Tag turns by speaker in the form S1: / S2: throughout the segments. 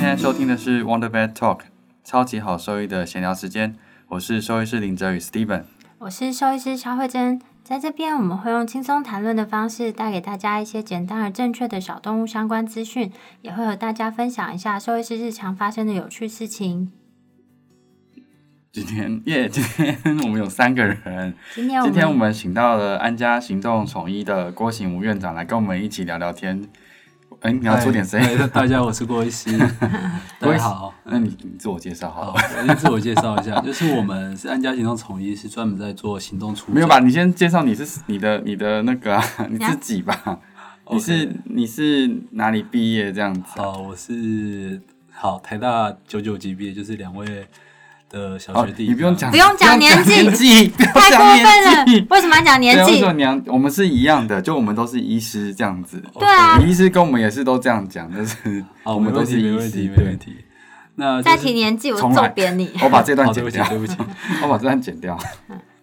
S1: 在收听的是 Wonder Vet Talk，超级好兽医的闲聊时间。我是兽医师林哲宇 Steven。
S2: 我是兽医师肖慧珍，在这边我们会用轻松谈论的方式，带给大家一些简单而正确的小动物相关资讯，也会和大家分享一下兽医师日常发生的有趣事情。
S1: 今天耶 今天我们有三个人。
S2: 今天我
S1: 今
S2: 们
S1: 天我们请到了安家行动宠医的郭醒吴院长来跟我们一起聊聊天。哎、你要出点声
S3: 嗨
S1: 音。
S3: 嗨大家，我是郭医师， 大家好。
S1: 那你你自我介绍好
S3: 好，
S1: 了。
S3: 我先自我介绍一下，就是我们是安家行动宠医，是专门在做行动出
S1: 没有吧？？你先介绍你是你的你的那个、啊、 你自己吧。你
S3: OK
S1: 是你是哪里毕业这样子？
S3: 好，我是好台大九九级毕业，就是两位的小
S1: 哦
S3: 学，弟、
S1: 你不用讲，
S2: 不用讲年纪
S1: 年纪， 不用
S2: 太
S1: 讲
S2: 过
S1: 年
S2: 分了
S1: 纪。，
S2: 为什么要讲年
S1: 对，为
S2: 纪
S1: 什？么娘？我们是一样的，就我们都是医师这样子。
S2: 对啊，
S1: 你医师跟我们也是都这样讲， 就是
S3: 好，
S1: 我们都是
S3: 没
S1: 医
S3: 问
S1: 师
S3: 题，没问题，。没
S1: 对，
S3: 问题。那就
S2: 再
S3: 是
S2: 提年纪我
S1: 重
S2: 揍
S1: 来
S2: 扁你。
S1: 我把这段
S3: 好，对
S1: 剪
S3: 不起
S1: 掉，，
S3: 对 不起。
S1: 我把这段剪掉，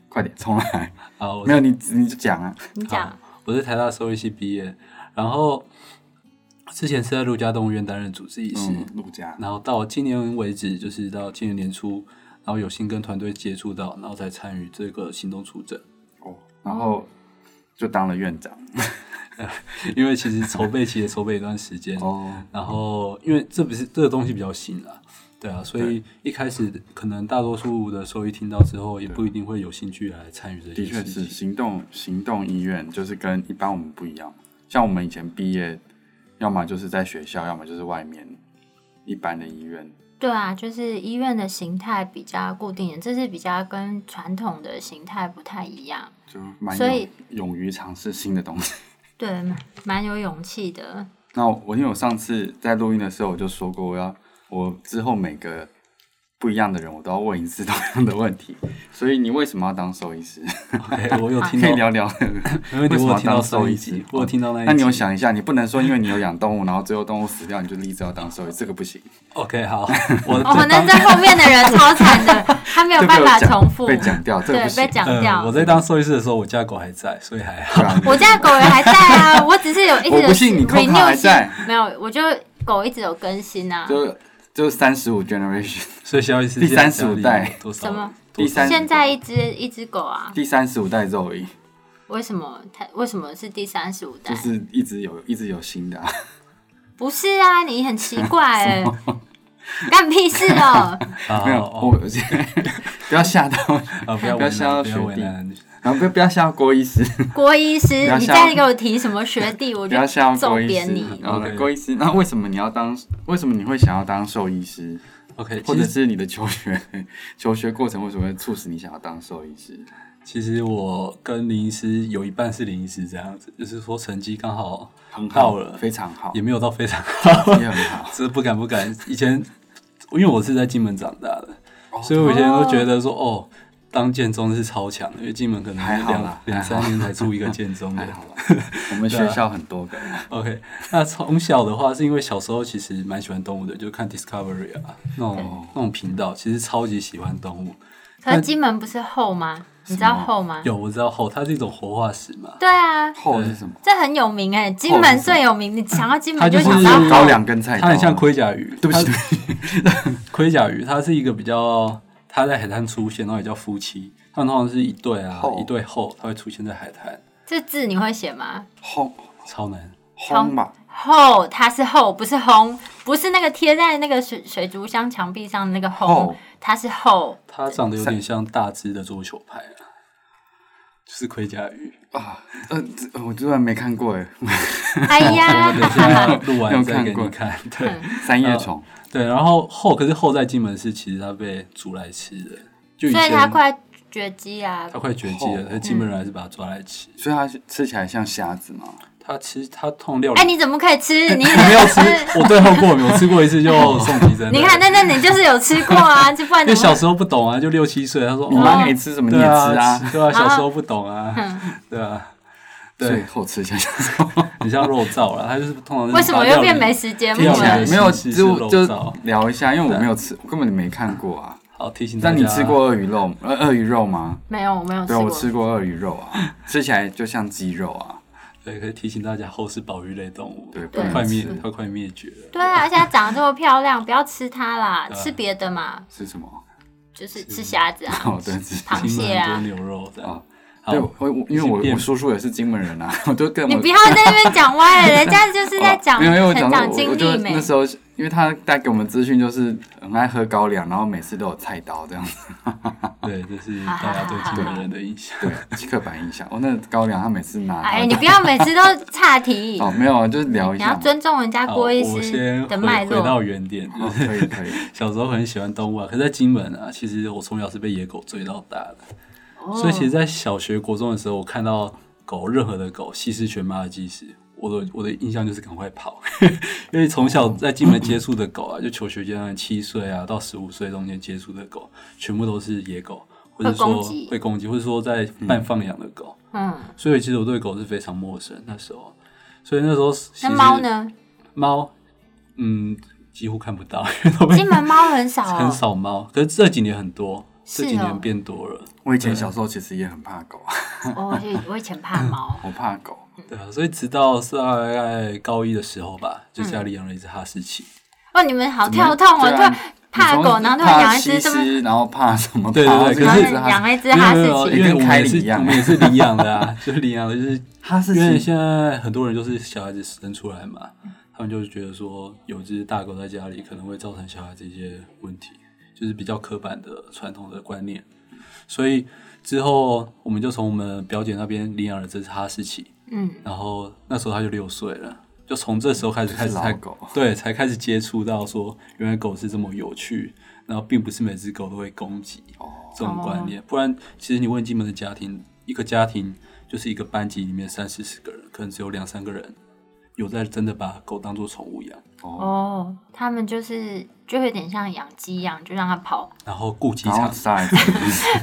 S1: 快点重来。
S3: 好，我
S1: 没有你，你就讲啊。
S2: 你
S3: 好，
S2: 讲，
S3: 我是台大兽医系毕业，然后之前是在陆家动物园担任主治医师，
S1: 嗯，陆家，
S3: 然后到今年为止，就是到今年年初，然后有幸跟团队接触到，然后才参与这个行动出诊。
S1: 哦，然后就当了院长。
S3: 因为其实筹备期也筹备一段时间，
S1: 哦，
S3: 然后因为这不是这个东西比较新啊，对啊，所以一开始可能大多数的兽医听到之后，也不一定会有兴趣来参与这
S1: 的
S3: 件
S1: 确
S3: 事
S1: 是
S3: 情。
S1: 行动行动医院，就是跟一般我们不一样。像我们以前毕业，要么就是在学校，要么就是外面一般的医院。
S2: 对啊，就是医院的形态比较固定，这是比较跟传统的形态不太一样。
S1: 就蛮
S2: 所以
S1: 勇勇于尝试新的东西。
S2: 对，蛮蛮有勇气的。
S1: 那我因为我上次在录音的时候我就说过，我要我之后每个不一样的人，我都要问一次同样的问题。所以你为什么要当兽医师？
S3: OK，我有
S2: 啊
S3: 听
S1: 可以
S3: 到，
S1: 聊聊。
S3: 没问题，
S1: 为什么
S3: 我有
S1: 要
S3: 听到
S1: 当兽
S3: 上
S1: 医
S3: 一
S1: 师哦
S3: 集？，我有听到那一集。
S1: 那你有想一下，你不能说因为你有养动物，然后最后动物死掉，你就立志要当兽医，这个不行。
S3: ？OK，好，我
S2: 哦，可能在后面的人超惨的，他没有
S1: 这
S2: 办
S1: 被我
S2: 法
S1: 讲
S2: 重复，
S1: 被讲掉，这个不
S2: 对，
S1: 行。
S2: 被讲掉。
S3: 呃，我在当兽医师的时候，我家狗还在，所以还好。
S1: 对啊
S2: 我家狗也还在 啊，我只是有一直有
S1: 我不信你
S2: renew
S1: Coco 还在
S2: 新，没有，我就狗一直有更新啊。
S1: 就就三十五 generation，
S3: 所以肖医师
S1: 第
S3: 现在
S1: 35
S3: 家里
S1: 代
S3: 有多少？
S2: 什么
S1: 第三
S2: 现在一只一只狗啊，
S1: 第三十五代肉姨，
S2: 为什么它为什么是第三十五代？
S1: 就是一直有一直有新的、啊。
S2: 不是啊，你很奇 怪哎、干屁事哦！
S3: 啊
S1: 没有，
S3: 哦
S1: 我不要吓到，
S3: 啊，不要
S1: 不要
S3: 为
S1: 吓到
S3: 难，不
S1: 学
S3: 要为
S1: 弟
S3: 难。
S1: 然后不要不要吓到郭医师，
S2: 郭医师
S1: 不要，
S2: 你
S1: 笑
S2: 再给我提什么学弟，我
S1: 不
S2: 就
S1: 要吓到
S2: 揍
S1: 郭医
S2: 扁
S1: 师
S2: 你。。
S1: 然后呢
S3: OK
S1: 郭医师，那为什么你要当？为什么你会想要当兽医师？
S3: OK，
S1: 或
S3: 其
S1: 者
S3: 实
S1: 是你的求学求学过程为什么会促使你想要当兽医师？
S3: 其实我跟林医师有一半是林医师这样子，就是说成绩刚好
S1: 很
S3: 到了，
S1: 非常好，
S3: 也
S1: 也
S3: 没有到非常好，
S1: 很好。
S3: 这不敢不敢。以前因为我是在金门长大的，
S1: 哦
S3: 所以我以前都觉得说哦。当建中是超强的，因为金门可能
S1: 还好
S3: 两
S1: 啦
S3: 两三年才出一个建中的
S1: 还。好吧，我们
S3: 啊
S1: 学校很多个，
S3: OK，那从小的话，是因为小时候其实蛮喜欢动物的，就看 Discovery 啊那
S1: 哦
S3: 种那种频道，其实超级喜欢动物。
S2: 可是金门不是后吗？你知道后吗？
S3: 有我知道哦后，它是一种活化石嘛，
S2: 对啊，
S1: 后是什么？
S2: 这很有名哎、金
S1: 后是什
S2: 门
S1: 么
S2: 最有名，你想到金
S3: 它
S2: 门
S3: 就
S2: 就是想到
S3: 嗯
S2: 后
S1: 高。粱跟菜刀，啊
S3: 它很像盔甲鱼。
S1: 对不起
S3: 它， 盔甲鱼它是一个比较，它在海滩出现，然后也叫夫妻，它们通常是一对啊
S1: 后，
S3: 一对后，它会出现在海滩，
S2: 这字你会写吗？
S1: 轰
S3: 超难。
S1: 轰吧，
S2: 后，它是后，不是轰，不是那个贴在那个水水族箱墙壁上的那个
S1: 后
S2: 轰，它 是后。
S3: 它长得有点像大只的桌球拍啊，就是盔甲 鱼。
S1: 啊，呃，这我居然没看过哎，
S2: 哎
S3: 我
S2: 呀，
S3: 等一下录完再给
S1: 有看过
S3: 你看。对，
S2: 嗯
S1: 三
S3: 嗯
S1: 叶虫，
S3: 对，然后后可是后在金门市，其实它被煮来吃的，就以
S2: 所以
S3: 前
S2: 它快绝迹啊
S3: 它！快绝迹了，
S1: 后
S3: 可是金门人还是把它抓来吃。
S1: 所以它是吃起来像虾子嘛，
S3: 它吃它痛料理，
S2: 哎，你怎么可以吃？ 你
S3: 我没有
S2: 也
S3: 吃
S2: 吃？，哦
S3: 我对后过敏，我吃过一次就送急诊了。
S2: 你看，那那你就是有吃过啊，这不然 怎
S3: 因为小
S2: 么？
S3: 时候不懂啊，就六七岁，他说
S1: 你
S3: 哦，
S1: 妈给你吃什么你
S3: 对
S1: 也吃
S3: 啊，
S1: 啊，
S3: 吃对啊，小时候不懂啊， 对啊，
S1: 所以
S3: 对，
S1: 后吃一下虾子。
S3: 很像肉燥了，它就是通常是
S2: 为什么
S3: 把
S2: 又
S3: 料理
S2: 变美？食节目
S1: 听起来
S2: 了
S3: 对？
S1: 没有，
S3: 是
S1: 就是就
S3: 肉燥
S1: 聊一下，因为我没有吃，我根本没看过啊。
S3: 好提醒大
S1: 那
S3: 家，
S1: 你吃过鳄鱼肉吗？呃，鳄鱼肉吗？
S2: 没有，我没有吃
S1: 对，我
S2: 过。
S1: 吃过鳄鱼肉啊，吃起来就像鸡肉啊。
S3: 对，可以提醒大家，后是保育类动物，
S1: 对不
S2: 能
S3: 快灭
S1: 吃，
S3: 它快灭绝了。
S2: 对啊，而且它长得这么漂亮，不要吃它啦，
S3: 对啊
S2: 吃别的嘛，
S1: 是什么？
S2: 就是吃虾子啊，
S1: 哦， 对，是
S2: 螃
S3: 金门
S2: 蟹啊
S3: 很多牛肉这样
S1: 啊。
S3: 好
S1: 对，我我因为
S3: 已经
S1: 我
S3: 变
S1: 我叔叔也是金门人啊， 我就跟我
S2: 你不要在那边讲歪了，人家就是在讲
S1: 哦没有，因为我
S2: 成
S1: 讲
S2: 长
S1: 说我
S2: 经
S1: 我就
S2: 历美
S1: 那。时候，因为他带给我们资讯就是很爱喝高粱，然后每次都有菜刀这样子，
S3: 对，这是
S2: 啊
S3: 大家对金门人的印象。
S1: 对，刻板印象。哦，那高粱他每次拿，
S2: 哎，你不要每次都岔题，
S1: 哦，没有啊，就是聊一
S2: 你
S1: 下
S2: 要
S1: 嘛，
S2: 尊重人家
S3: 好，
S2: 郭医
S3: 我
S2: 师
S3: 先
S2: 的
S3: 回
S2: 脉
S3: 回
S2: 络。
S3: 到原点，
S1: 哦，可以可以，
S3: 小时候很喜欢动物啊，可是在金门啊，其实我从小是被野狗追到大的，
S2: 哦
S3: 所以其实，在小学、国中的时候，我看到狗，任何的狗，西施、犬、马尔济斯，我的我的印象就是赶快跑， 因为从小在金门接触的狗啊，就求学阶段七岁啊到十五岁中间接触的狗，全部都是野狗，或者
S2: 会攻
S3: 说
S2: 击
S3: 被攻击，或者说在半放养的狗，
S2: 嗯，
S3: 所以其实我对狗是非常陌生那时候，所以那时候
S2: 那
S3: 那
S2: 猫？呢？
S3: 猫，嗯，几乎看不到，因为都被
S2: 金门猫很少哦，
S3: 很少猫，可是这几年很多，
S2: 是
S3: 这几
S2: 哦
S3: 年变多了，
S1: 我以前小时候其实也很怕狗，，
S2: 哦我以我以前怕猫
S1: 我怕狗，
S3: 对啊，所以直到是大概高一的时候
S2: 嗯
S3: 吧，就家里养了一只哈士奇，
S2: 哦，你们好
S1: 怎么
S2: 跳痛哦，
S1: 对
S2: 突
S1: 啊
S2: 然怕
S1: 你从
S2: 狗，然后突然
S1: 怕
S2: 养一
S1: 西
S2: 只这么，
S1: 施，然后怕什么？
S3: 对对
S1: 怕然
S3: 对
S1: 后
S2: 然后
S3: 可
S1: 一
S3: 是
S1: 只哈
S2: 养了一只
S3: 没有
S2: 哈
S3: 没
S2: 士
S3: 有，没有
S2: 奇，
S3: 因为
S1: 跟
S3: 我
S1: 凯
S3: 们
S1: 里
S3: 也
S1: 一
S3: 是
S1: 样
S3: 我们也是领养的啊， 就是领养的，就是
S1: 哈士
S3: 因为
S1: 奇，
S3: 现在很多人就是小孩子生出来嘛，他们就是觉得说有只大狗在家里可能会造成小孩子一些问题，就是比较刻板的传统的观念，所以之后我们就从我们表姐那边领养了这只哈士奇，
S2: 嗯，
S3: 然后那时候他就六岁了，就从这时候开
S1: 就
S3: 始
S1: 是
S3: 开始才
S1: 老狗
S3: 对，才开始接触到说原来狗是这么有趣，然后并不是每只狗都会攻击
S1: 哦
S3: 这种观念。不然，其实你问金门的家庭，一个家庭就是一个班级里面三四十个人，可能只有两三个人有在真的把狗当做宠物养，
S1: 哦，
S2: 哦，他们就是就有点像养鸡一样，就让它跑，
S3: 然后顾及
S1: 然后
S3: 场。
S1: 杀来吃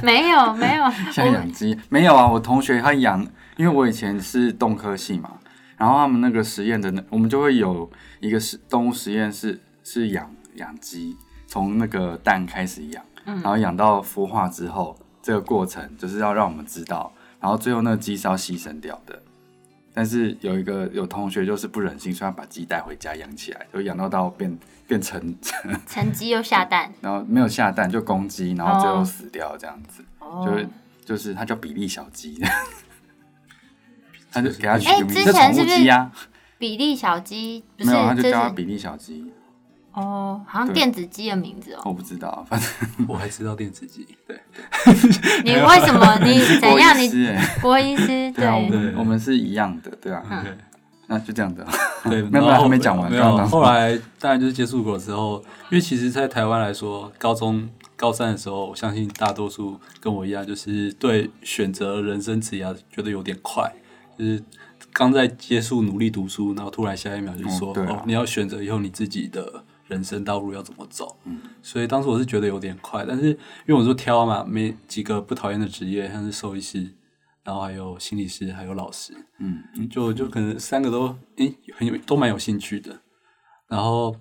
S2: 没有没有，
S1: 像
S2: 我
S1: 养鸡没有啊，我同学他养，因为我以前是动科系嘛，然后他们那个实验的那，我们就会有一个实动物实验室是养养鸡，从那个蛋开始养，然后养到孵化之后，这个过程就是要让我们知道，然后最后那个鸡是要牺牲掉的。但是有一个有同学就是不忍心，所以他把鸡带回家养起来，就养到到变变成，
S2: 哦成鸡又下蛋，
S1: 然后没有下蛋就公鸡，然后最后
S2: 哦
S1: 死掉这样子。
S2: 哦
S1: 就是就是它叫比利小鸡， 他就给它取
S2: 哎
S1: 个名
S2: 之
S1: 字，宠
S2: 前
S1: 物
S2: 是不是
S1: 鸡呀，
S2: 比利小鸡不是
S1: 没有，他就
S2: 这
S1: 叫它
S2: 是
S1: 比利小鸡，
S2: 哦，好像
S1: 对
S2: 电子鸡的名字哦，
S1: 我不知道，反正
S3: 我还知道电子鸡，对，
S2: 你为什么你怎样
S1: 我也
S2: 你
S1: 是哎，
S2: 郭医师
S1: 对啊，我
S2: 对，
S1: 们
S3: 对
S1: 我们是一样的，对
S2: 嗯
S1: 啊，
S3: 对。
S1: 那就这样的，啊
S3: 对，
S1: 没有没有
S3: 然后
S1: 还没讲完
S3: 没
S1: 刚
S3: 有，
S1: 刚
S3: 后来当然就是接触过之后，因为其实，在台湾来说，高中高三的时候，我相信大多数跟我一样，就是对选择人生职涯觉得有点快，就是刚在接触努力读书，然后突然下一秒就说、
S1: 哦对啊
S3: 哦，你要选择以后你自己的人生道路要怎么走。嗯，所以当时我是觉得有点快，但是因为我说挑嘛，没几个不讨厌的职业，像是兽医师。然后还有心理师，还有老师，
S1: 嗯，
S3: 就就可能三个都诶、很有都蛮有兴趣的。然后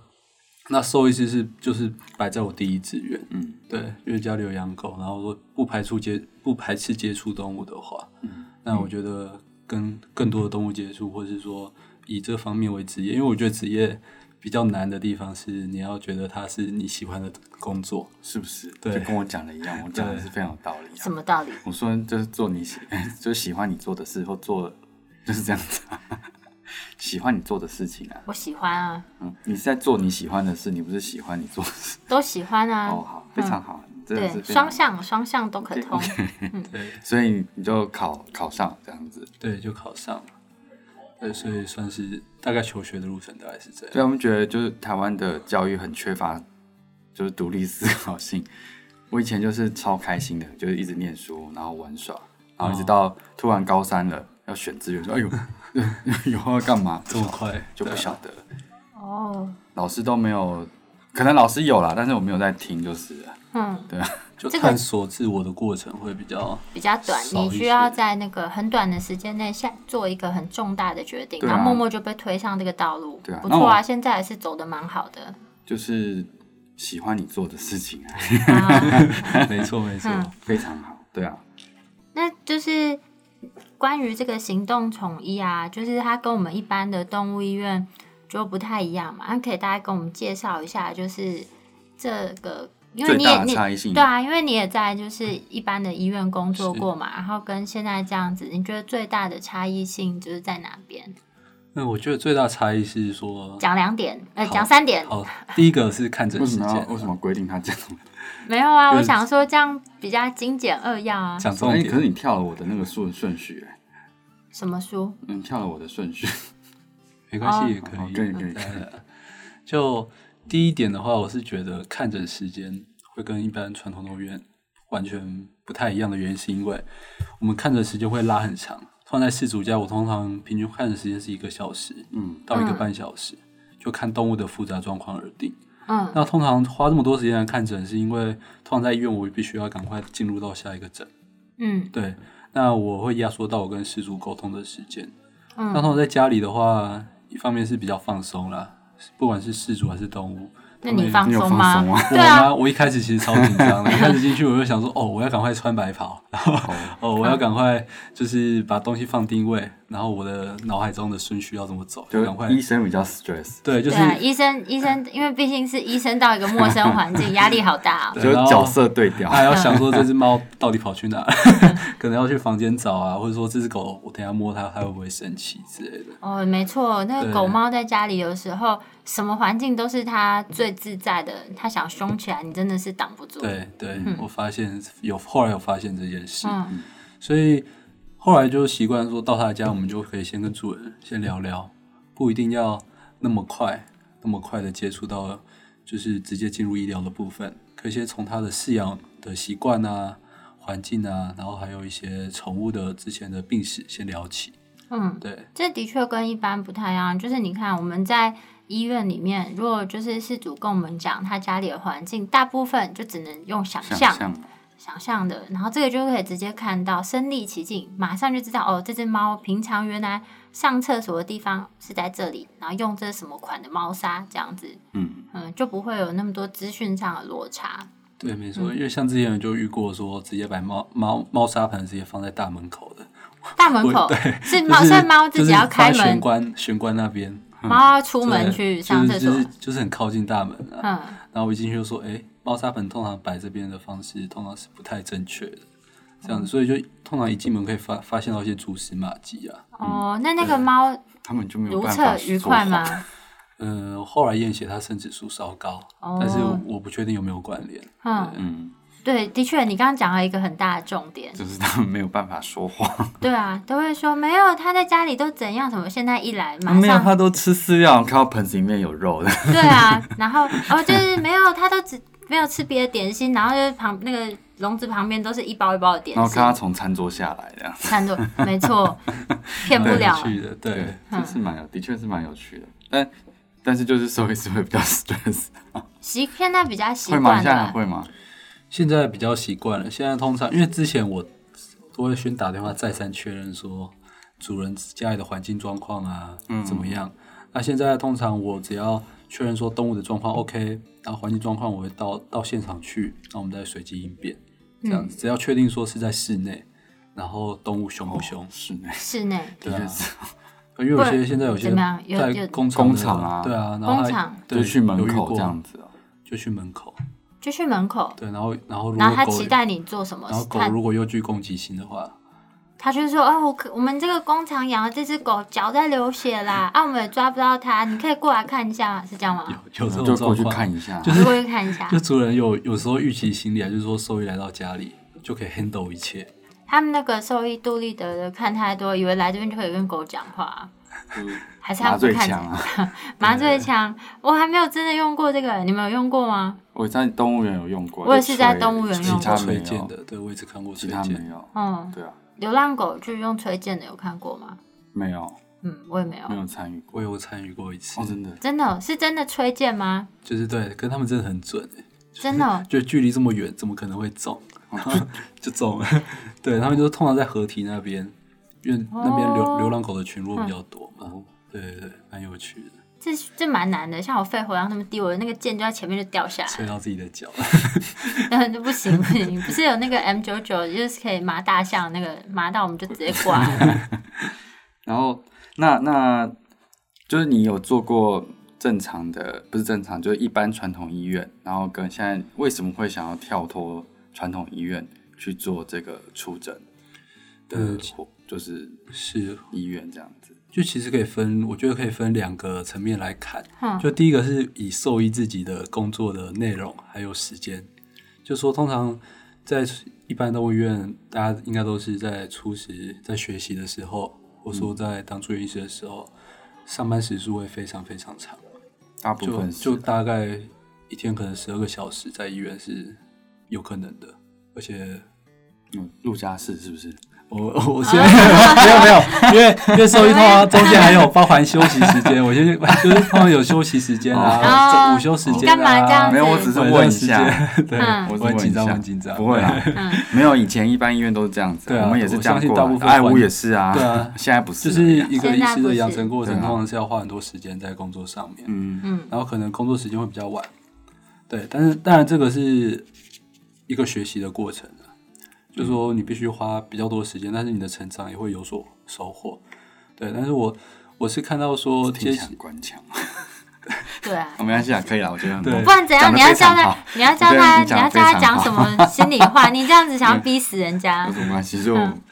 S3: 那兽医师是就是摆在我第一志愿，
S1: 嗯，
S3: 对，因为家里有养狗，然后说不排除接不排斥接触动物的话，嗯，那我觉得跟更多的动物接触，或是说以这方面为职业，因为我觉得职业比较难的地方是你要觉得它是你喜欢的工作，
S1: 是不是？
S3: 对
S1: 就跟我讲的一样，我讲的是非常有道理啊
S2: 什。么道理？
S1: 我说就是做你喜， 就是喜欢你做的事，或做就是这样子啊， 喜欢你做的事情啊。
S2: 我喜欢啊，
S1: 嗯，你是在做你喜欢的事，你不是喜欢你做的事。
S2: 都喜欢啊，嗯
S1: 哦，好，非常好，真的是
S2: 对，
S1: 非常
S2: 双
S1: 好。
S2: 向双向都可通。
S3: 对
S1: 所以你就考考上这样子。
S3: 对，就考上了，对，所以算是大概求学的路程大概是这样。
S1: 对，我们觉得就是台湾的教育很缺乏，就是独立思考性。我以前就是超开心的，就是一直念书，然后玩耍，然
S3: 哦
S1: 后一直到突然高三了要选志愿，说哎呦， 以后要干嘛？
S3: 这么快
S1: 就不
S3: 对啊
S1: 晓得了，
S2: 哦，
S1: 老师都没有，可能老师有啦，但是我没有在听，就是了
S2: 嗯，
S3: 就
S2: 这个
S3: 探索自我的过程会 比较
S2: 比较短，
S3: 少一
S2: 你
S3: 些
S2: 需要在那个很短的时间内下做一个很重大的决定，
S1: 对啊
S2: 然后默默就被推上这个道路。
S1: 对啊
S2: 不
S1: 那
S2: 错
S1: 我
S2: 啊，现在还是走的蛮好 的。
S1: 就是喜欢你做的事情啊，
S2: 啊
S3: 没错没错，
S2: 嗯
S1: 非常好，对啊，
S2: 那就是关于这个行动宠医啊，就是它跟我们一般的动物医院就不太一样嘛。那可以大概跟我们介绍一下，就是这个，因为
S1: 最
S2: 你
S1: 大
S2: 也
S1: 的
S2: 你
S1: 差异性
S2: 对啊，因为你也在就是一般的医院工作过嘛，然后跟现在这样子，你觉得最大的差异性就是在哪边？
S3: 那我觉得最大差异是说，
S2: 讲两点，呃，
S3: 好
S2: 讲三点，
S3: 好，第一个是看诊
S1: 为
S3: 时
S1: 什么要
S3: 间，
S1: 为什么规定他这样？
S2: 没有啊，
S3: 就
S2: 我
S3: 是
S2: 想说这样比较精简扼要啊。
S3: 讲重
S1: 哎、
S3: 点
S1: 可是你跳了我的那个顺顺序、哎，
S2: 什么书？
S1: 你跳了我的顺序。
S3: 没关
S2: 哦
S3: 系，也可
S1: 好
S3: 以，
S1: 可以可以
S3: 呃 就第一点的话，我是觉得看诊时间会跟一般传统动物园完全不太一样的原因，是因为我们看诊时间会拉很长。放在饲主家，我通常平均看诊时间是一个小时
S1: 嗯，
S3: 到一个半小时，就看动物的复杂状况而定。
S2: 嗯
S3: 那通常花这么多时间来看诊，是因为通常在医院我必须要赶快进入到下一个诊。
S2: 嗯
S3: 对，那我会压缩到我跟失主沟通的时间。那
S2: 嗯，
S3: 通常在家里的话，一方面是比较放松啦，不管是事主还是动 物。
S2: 那你
S3: 他
S2: 放
S1: 你有
S2: 松
S1: 放
S2: 吗？
S1: 松吗？
S3: 们
S2: 对啊
S3: 我妈，我一开始其实超紧张的，一开始进去我就想说，哦，我要赶快穿白袍，然后
S1: 哦
S3: 哦，我要赶快就是把东西放定位，然后我的脑海中的顺序要怎么走，就赶
S1: 就
S3: 快
S1: 医生比较 stress，
S3: 对，就是嗯
S2: 对啊，医生医生，因为毕竟是医生到一个陌生环 境，压力好大哦。
S1: 就
S3: 对
S1: 是
S3: 然后哎
S1: 角色对调。
S3: 还 要想说这只猫到底跑去哪， 可能要去房间找啊，或者说这只狗我等一下摸它，它会不会生气之类的。
S2: 哦，没错，那个
S3: 对
S2: 狗猫在家里有时候什么环境都是它最自在的，它想凶起来，你真的是挡不住。
S3: 对对，我发现有后来有发现这件事，
S2: 嗯
S3: 所以后来就习惯说到他家，我们就可以先跟主人先聊聊，不一定要那么快那么快的接触到，就是直接进入医疗的部分，可以先从他的饲养的习惯啊、环境啊，然后还有一些宠物的之前的病史先聊起。
S2: 嗯，
S3: 对，
S2: 这的确跟一般不太一样，就是你看我们在医院里面，如果就是事主跟我们讲他家里的环境，大部分就只能用想
S1: 想
S2: 象
S1: 象
S2: 想象的，然后这个就可以直接看到，身临其境，马上就知道哦，这只猫平常原来上厕所的地方是在这里，然后用这什么款的猫砂这样子，
S1: 嗯，
S2: 嗯，就不会有那么多资讯上的落差。
S3: 对，没
S2: 嗯
S3: 错，因为像之前就遇过说直接把猫猫猫砂盆直接放在大门口的，
S2: 大门口是猫，
S3: 就是
S2: 所以猫自己要开
S3: 就是放在玄
S2: 门，
S3: 关玄关那边。
S2: 猫要出门去
S3: 对
S2: 上厕所
S3: 就。是就是、就是很靠近大门啊。
S2: 嗯，
S3: 然后我一进去就说，哎，猫砂盆通常摆这边的方式通常是不太正确的，这
S2: 嗯
S3: 样子，所以就通常一进门可以发发现到一些蛛丝马迹啊。
S2: 哦，那那个猫
S1: 他们就没有
S2: 如
S1: 办
S2: 厕
S1: 法
S2: 愉快吗
S1: 说 话？？
S3: 嗯，后来验血它生指数稍高，
S2: 哦
S3: 但是我不确定有没有关联。
S2: 嗯，
S1: 嗯，
S2: 对，的确，你刚刚讲了一个很大的重点，
S1: 就是他们没有办法说话。
S2: 对啊，都会说没有，他在家里都怎样，怎么现在一来
S3: 啊
S2: 马
S1: 没有，
S2: 上
S1: 他都吃饲料，看到盆子里面有 肉的。
S2: 对啊，然后哦，就是没有，他都只没有吃别的点心，然后就是旁那个笼子旁边都是一包一包的点
S1: 然后
S2: 心
S3: 哦
S1: 看，他从餐桌下来这样，
S2: 看着没 错，骗不
S3: 蛮有
S2: 了。
S3: 趣的，对
S1: 对，，
S2: 嗯
S1: 这是蛮有，的确是蛮有趣的。但但是就是收一次会比较 stress，
S2: 习现在比较习
S1: 会吗？
S2: 惯
S1: 你现在还
S2: 了，
S1: 会吗？
S3: 现在比较习惯了。现在通常因为之前我都会先打电话再三确认说主人家里的环境状况啊、
S1: 嗯
S3: 怎么样。那现在通常我只要确认说动物的状况 OK，然后环境状况我会到到现场去，那我们再随机应变。这样
S1: 嗯
S3: 子，只要确定说是在室内，然后动物凶不凶？啊
S1: 室内
S2: 室内
S1: 的确是，
S3: 因为有些现在有些
S2: 怎么样有有
S3: 在工厂的
S1: 工厂啊
S3: 对啊，然后还
S2: 工厂
S3: 对
S1: 就去门
S3: 有遇
S1: 口
S3: 过
S1: 这样子哦。
S3: 就去门口，
S2: 就去门口，
S3: 对，然后然后如
S2: 然后
S3: 果
S2: 他
S3: 狗
S2: 期，待你做什么
S3: 然后，狗
S2: 他
S3: 如果又具攻击性的话，
S2: 他就说哦，我可我们这个工厂养的这只狗脚在流血啦，啊，我们也抓不到它，你可以过来看一下吗？是这样吗？
S3: 有有这
S1: 嗯
S3: 种
S1: 就
S3: 状
S1: 过
S3: 况，
S1: 去看一下，
S2: 我过去看一下
S3: 就。主人有有时候预期心理啊，就是说兽医来到家里就可以 handle 一切，
S2: 他们那个兽医杜立德的看太多，以为来这边就可以跟狗讲话、
S1: 就是
S2: 还是
S1: 麻
S2: 他们不
S1: 醉
S2: 看
S1: 枪啊。
S2: 麻醉枪，我还没有真的用过这个，你们有用过吗？
S1: 我在动物园有用过，
S2: 我也
S1: 就是
S2: 在
S1: 吹
S2: 动物园
S1: 其
S2: 用
S1: 他
S2: 过
S1: 没
S3: 推荐
S1: 有，
S3: 的，对我也只看过
S1: 其
S3: 推
S1: 他
S3: 荐，
S1: 没有，
S2: 嗯，
S1: 对啊，
S2: 流浪狗就是用推荐的，有看过吗？
S1: 没有，
S2: 嗯，我也没有
S1: 没。有参与过。
S3: 我有参与过一次
S1: 哦，，真的，
S2: 真的哦是真的推荐吗？
S3: 就是对，可是他们真的很准、欸，
S2: 真 的哦，
S3: 就距离这么远，怎么可能会中？就中了， 对他们就是通常在河堤那边，因为那边流、
S2: 哦
S3: 流浪狗的群落比较多嘛，对对对，蛮有趣的。
S2: 这这蛮难的。像我肺活量那么低，我的那个箭就在前面就掉下来，
S3: 吹到自己的脚。
S2: 那 不行不行。不是有那个 M 九九，就是可以麻大象那个麻到我们就直接挂 了。
S1: 然后那那就是你有做过正常的，不是正常，就是一般传统医院，然后跟现在为什么会想要跳脱传统医院去做这个出诊的
S3: 嗯
S1: 活，就是
S3: 是，
S1: 医院这样子？
S3: 就其实可以分，我觉得可以分两个层面来看。
S2: 哼
S3: 就第一个是以兽医自己的工作的内容还有时间，就说通常在一般动物医院，大家应该都是在初时在学习的时候，或者说在当住院医师的时候，上班时数会非常非常长，
S1: 大部
S3: 就
S1: 分是
S3: 就大概一天可能十二个小时在医院是有可能的，而且
S1: 嗯陆家氏是不是？
S3: 我 我现在
S2: 啊
S3: 没有没有，因为因为兽医通常中间 还有包含休息时间，我就是 就是通常有休息时间啊，
S2: 哦
S3: 午休时
S2: 你
S3: 间啊，
S2: 干嘛这样子
S1: 没有，我只是问一
S3: 晚
S1: 下
S3: 上，对，
S2: 嗯
S1: 我只是
S3: 我
S1: 问
S3: 很
S1: 一
S3: 紧张，我
S1: 下
S3: 很紧张，
S1: 不会啊 啦，没有以前一般医院都是这样子
S3: 对
S1: 啊，
S3: 啊
S1: 我们也是这样
S3: 我相信
S1: 过
S3: 大部
S1: 来的，
S3: 分
S1: 哎，
S3: 环
S1: 我也是啊，
S3: 对啊
S1: 现在不是
S3: 就
S1: 了，
S3: 是一个医师的养成过
S1: 现
S3: 程，
S1: 在不是
S3: 通常是要花很多时间在工作上面，
S1: 嗯，
S2: 嗯，
S3: 然后可能工作时间会比较晚，对，但是当然这个是一个学习的过程啊，就是说你必须花比较多时间，但是你的成长也会有所收获，对，但是我我是看到说
S1: 听
S3: 接
S1: 起来很官腔，
S2: 对啊。
S1: 哦没关系啊，可以啦，我觉得很
S3: 对
S1: 棒
S2: 不然怎样？
S1: 讲得
S2: 你要
S1: 非
S2: 叫
S1: 常
S2: 他
S1: 好，
S2: 你要叫
S1: 我觉得
S2: 他，
S1: 你讲得
S2: 你要叫他
S1: 非常
S2: 讲
S1: 好
S2: 什么心里话？你这样子想要逼死人家
S1: 有，什么关系？就
S2: 啊嗯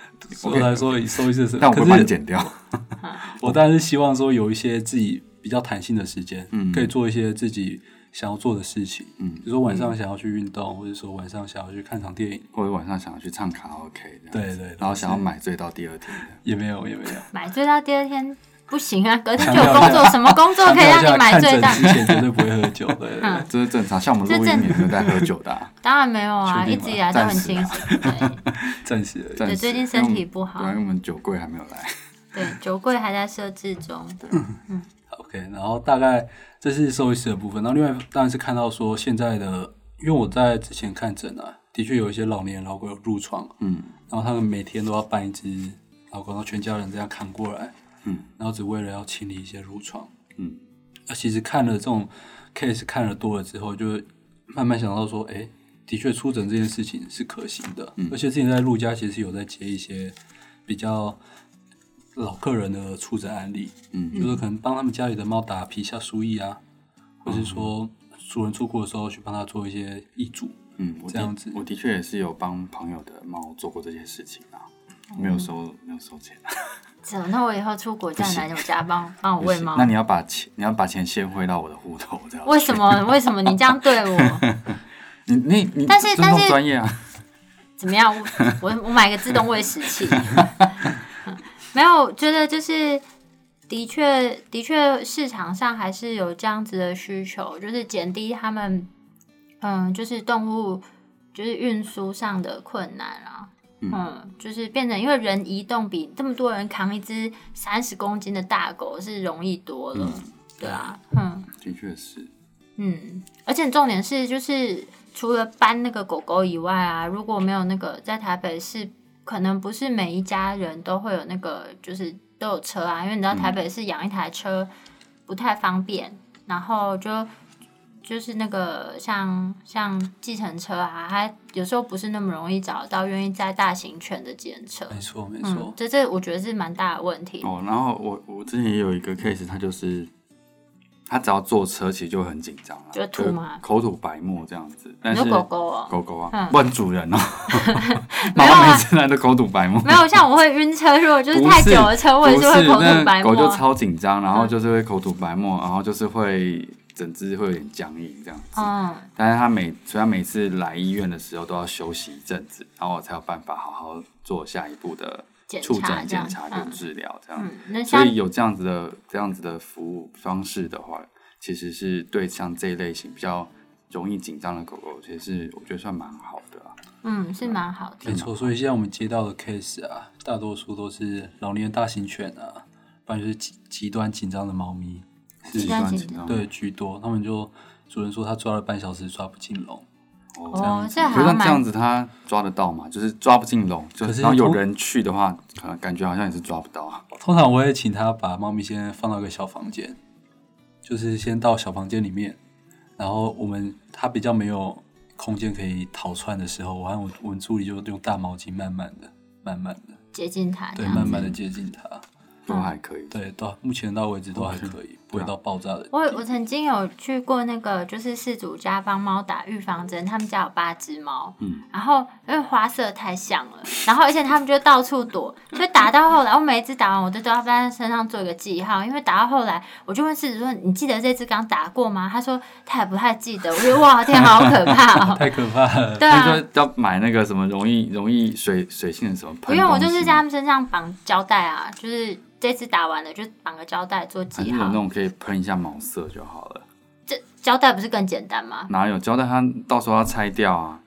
S1: 我
S3: 我来说以收益是什
S1: 但
S3: 么，
S1: 我
S3: 可
S1: 会把你
S3: 是
S1: 剪掉。
S3: 我当然是希望说有一些自己比较弹性的时间，
S1: 嗯
S3: 可以做一些自己想要做的事情，
S1: 嗯
S3: 比如说晚上想要去运动，或者说晚上想要去看场电影，
S1: 或者晚上想要去唱卡拉 OK 这样子
S3: 对对对
S1: 然后想要买醉到第二天的，
S3: 也没有也没有。
S2: 买醉到第二天不行啊！隔天
S3: 强
S2: 就有
S3: 调一
S2: 工
S3: 下
S2: 作，什么工作可以让你买醉到
S3: 看？诊之前绝对不会喝酒，对对对
S2: 嗯，
S1: 这是正常。像我们录音也没有在喝酒的 啊，
S2: 当然没有啊，一
S3: 确定吗
S2: 直以来都
S1: 暂
S2: 很
S1: 时
S2: 清
S1: 啊
S2: 醒。对
S3: 暂时而已。
S1: 暂时
S2: 最近身体不好
S1: 因为我们对啊因为我们酒柜还没有来。
S2: 对，酒柜还在设置中。
S3: 嗯 OK，然后大概这是兽医师的部分，然后另外当然是看到说现在的，因为我在之前看诊啊，的确有一些老年老狗有褥疮，啊
S1: 嗯，
S3: 然后他们每天都要搬一只老狗，然后全家人这样扛过来，
S1: 嗯，
S3: 然后只为了要清理一些褥疮，
S1: 嗯，
S3: 那其实看了这种 case 看了多了之后，就慢慢想到说，哎，的确出诊这件事情是可行的，
S1: 嗯
S3: 而且之前在陆家其实有在接一些比较老客人的出诊案例，
S1: 嗯
S3: 就是可能帮他们家里的猫打皮下输液啊，或是说主人出库的时候去帮他做一些易主，
S1: 嗯，我的
S3: 这样子
S1: 我的确也是有帮朋友的猫做过这些事情啊，
S2: 嗯
S1: 没有收没有收钱啊。
S2: 走，那我以后出国再来我家帮帮我喂猫
S1: 那。你要把钱你要把钱先汇到我的户头，这样子
S2: 为什？么？为什么你这样对我？
S1: 你你你
S2: 但是
S1: 尊
S2: 但
S1: 重
S2: 是
S1: 专业啊，
S2: 怎么样？我我我买个自 动喂食器。没有，我觉得就是的确的确市场上还是有这样子的需求，就是减低他们嗯，就是动物就是运输上的困难啊。嗯，就是变成因为人移动比这么多人扛一只三十公斤的大狗是容易多了，对啊，嗯
S1: 的确是。
S2: 嗯，而且重点是就是除了搬那个狗狗以外啊，如果没有那个在台北市，可能不是每一家人都会有那个就是都有车啊，因为你知道台北市养一台车不太方便，然后就。就是那个像像计程车啊，它有时候不是那么容易找到愿意载大型犬的计程车。
S3: 没错没错。
S2: 嗯，这这我觉得是蛮大的问题。
S1: 哎哦，然后我我之前也有一个 case，他就是他只要坐车，其实就很紧张了，
S2: 就吐吗
S1: 口吐白沫这样子。但
S2: 你
S1: 是
S2: 说狗狗哦、
S1: 狗狗啊
S2: 嗯，
S1: 问主人哦，
S2: 没
S1: 妈
S2: 有啊
S1: 妈每次来都口吐白沫，
S2: 没有像我会晕车，如果就是
S1: 不
S2: 太久的车，我也
S1: 不
S2: 会口吐白
S1: 那
S2: 沫
S1: 狗
S2: 啊。嗯
S1: 就超紧张，然后就是会口吐白沫，然后就是会整只会有点僵硬这样子。
S2: 嗯，
S1: 但是他每所以他每次来医院的时候都要休息一阵子，然后我才有办法好好做下一步的
S2: 检
S1: 触
S2: 查
S1: 诊
S2: 这样
S1: 检查
S2: 嗯
S1: 跟治疗这样
S2: 嗯，那
S1: 所
S2: 像
S1: 以有这样子的这样子的服务方式的话，其实是对像这一类型比较容易紧张的狗狗，其实是我觉得算蛮好的啊啦。
S2: 嗯是蛮好的
S3: 没，错，所以现在我们接到的 case 啊，大多数都是老年大型犬啊，不然就是极极端紧张的猫咪，
S2: 极端紧张
S3: 对居多。他们就主人说他抓了半小时抓不进笼，
S1: 哦。
S2: 哦，这
S1: 可
S2: 还
S1: 是像这样
S2: 蛮
S1: 子，它抓得到嘛？就是抓不进笼，就
S3: 可是
S1: 然后有
S3: 通
S1: 人去的话，可能感觉好像也是抓不到啊。
S3: 通常我会请他把猫咪先放到一个小房间，就是先到小房间里面，然后我们他比较没有空间可以逃窜的时候，我和我我们助理就用大毛巾慢慢的、慢慢的、
S2: 接近他这
S3: 对，
S2: 样子
S3: 慢慢的接近他。
S1: 都
S2: 嗯
S1: 还可以。
S3: 对，到目前到为止都还可以，不会到爆炸的。
S2: 我我曾经有去过那个，就是饲主家帮猫打预防针，他们家有八只猫，
S1: 嗯
S2: 然后因为花色太像了，然后而且他们就到处躲，就打到后来，我每一只打完，我都都要在身上做一个记号，因为打到后来，我就问饲主说：“你记得这只刚打过吗？”他说他也不太记得，我觉得哇，天，好可怕 哦！
S3: 太可怕了！
S2: 对
S1: 那
S2: 啊，
S1: 就要买那个什么容易容易水水性的什么
S2: 不
S1: 喷。
S2: 用，我就是在他，们身上绑胶带啊，就是这次打完了就绑个胶带做
S1: 还是
S2: 记
S1: 有
S2: 号
S1: 那。种可以喷一下毛色就好了。
S2: 这胶带不是更简单吗？
S1: 哪有胶带？它到时候要拆掉啊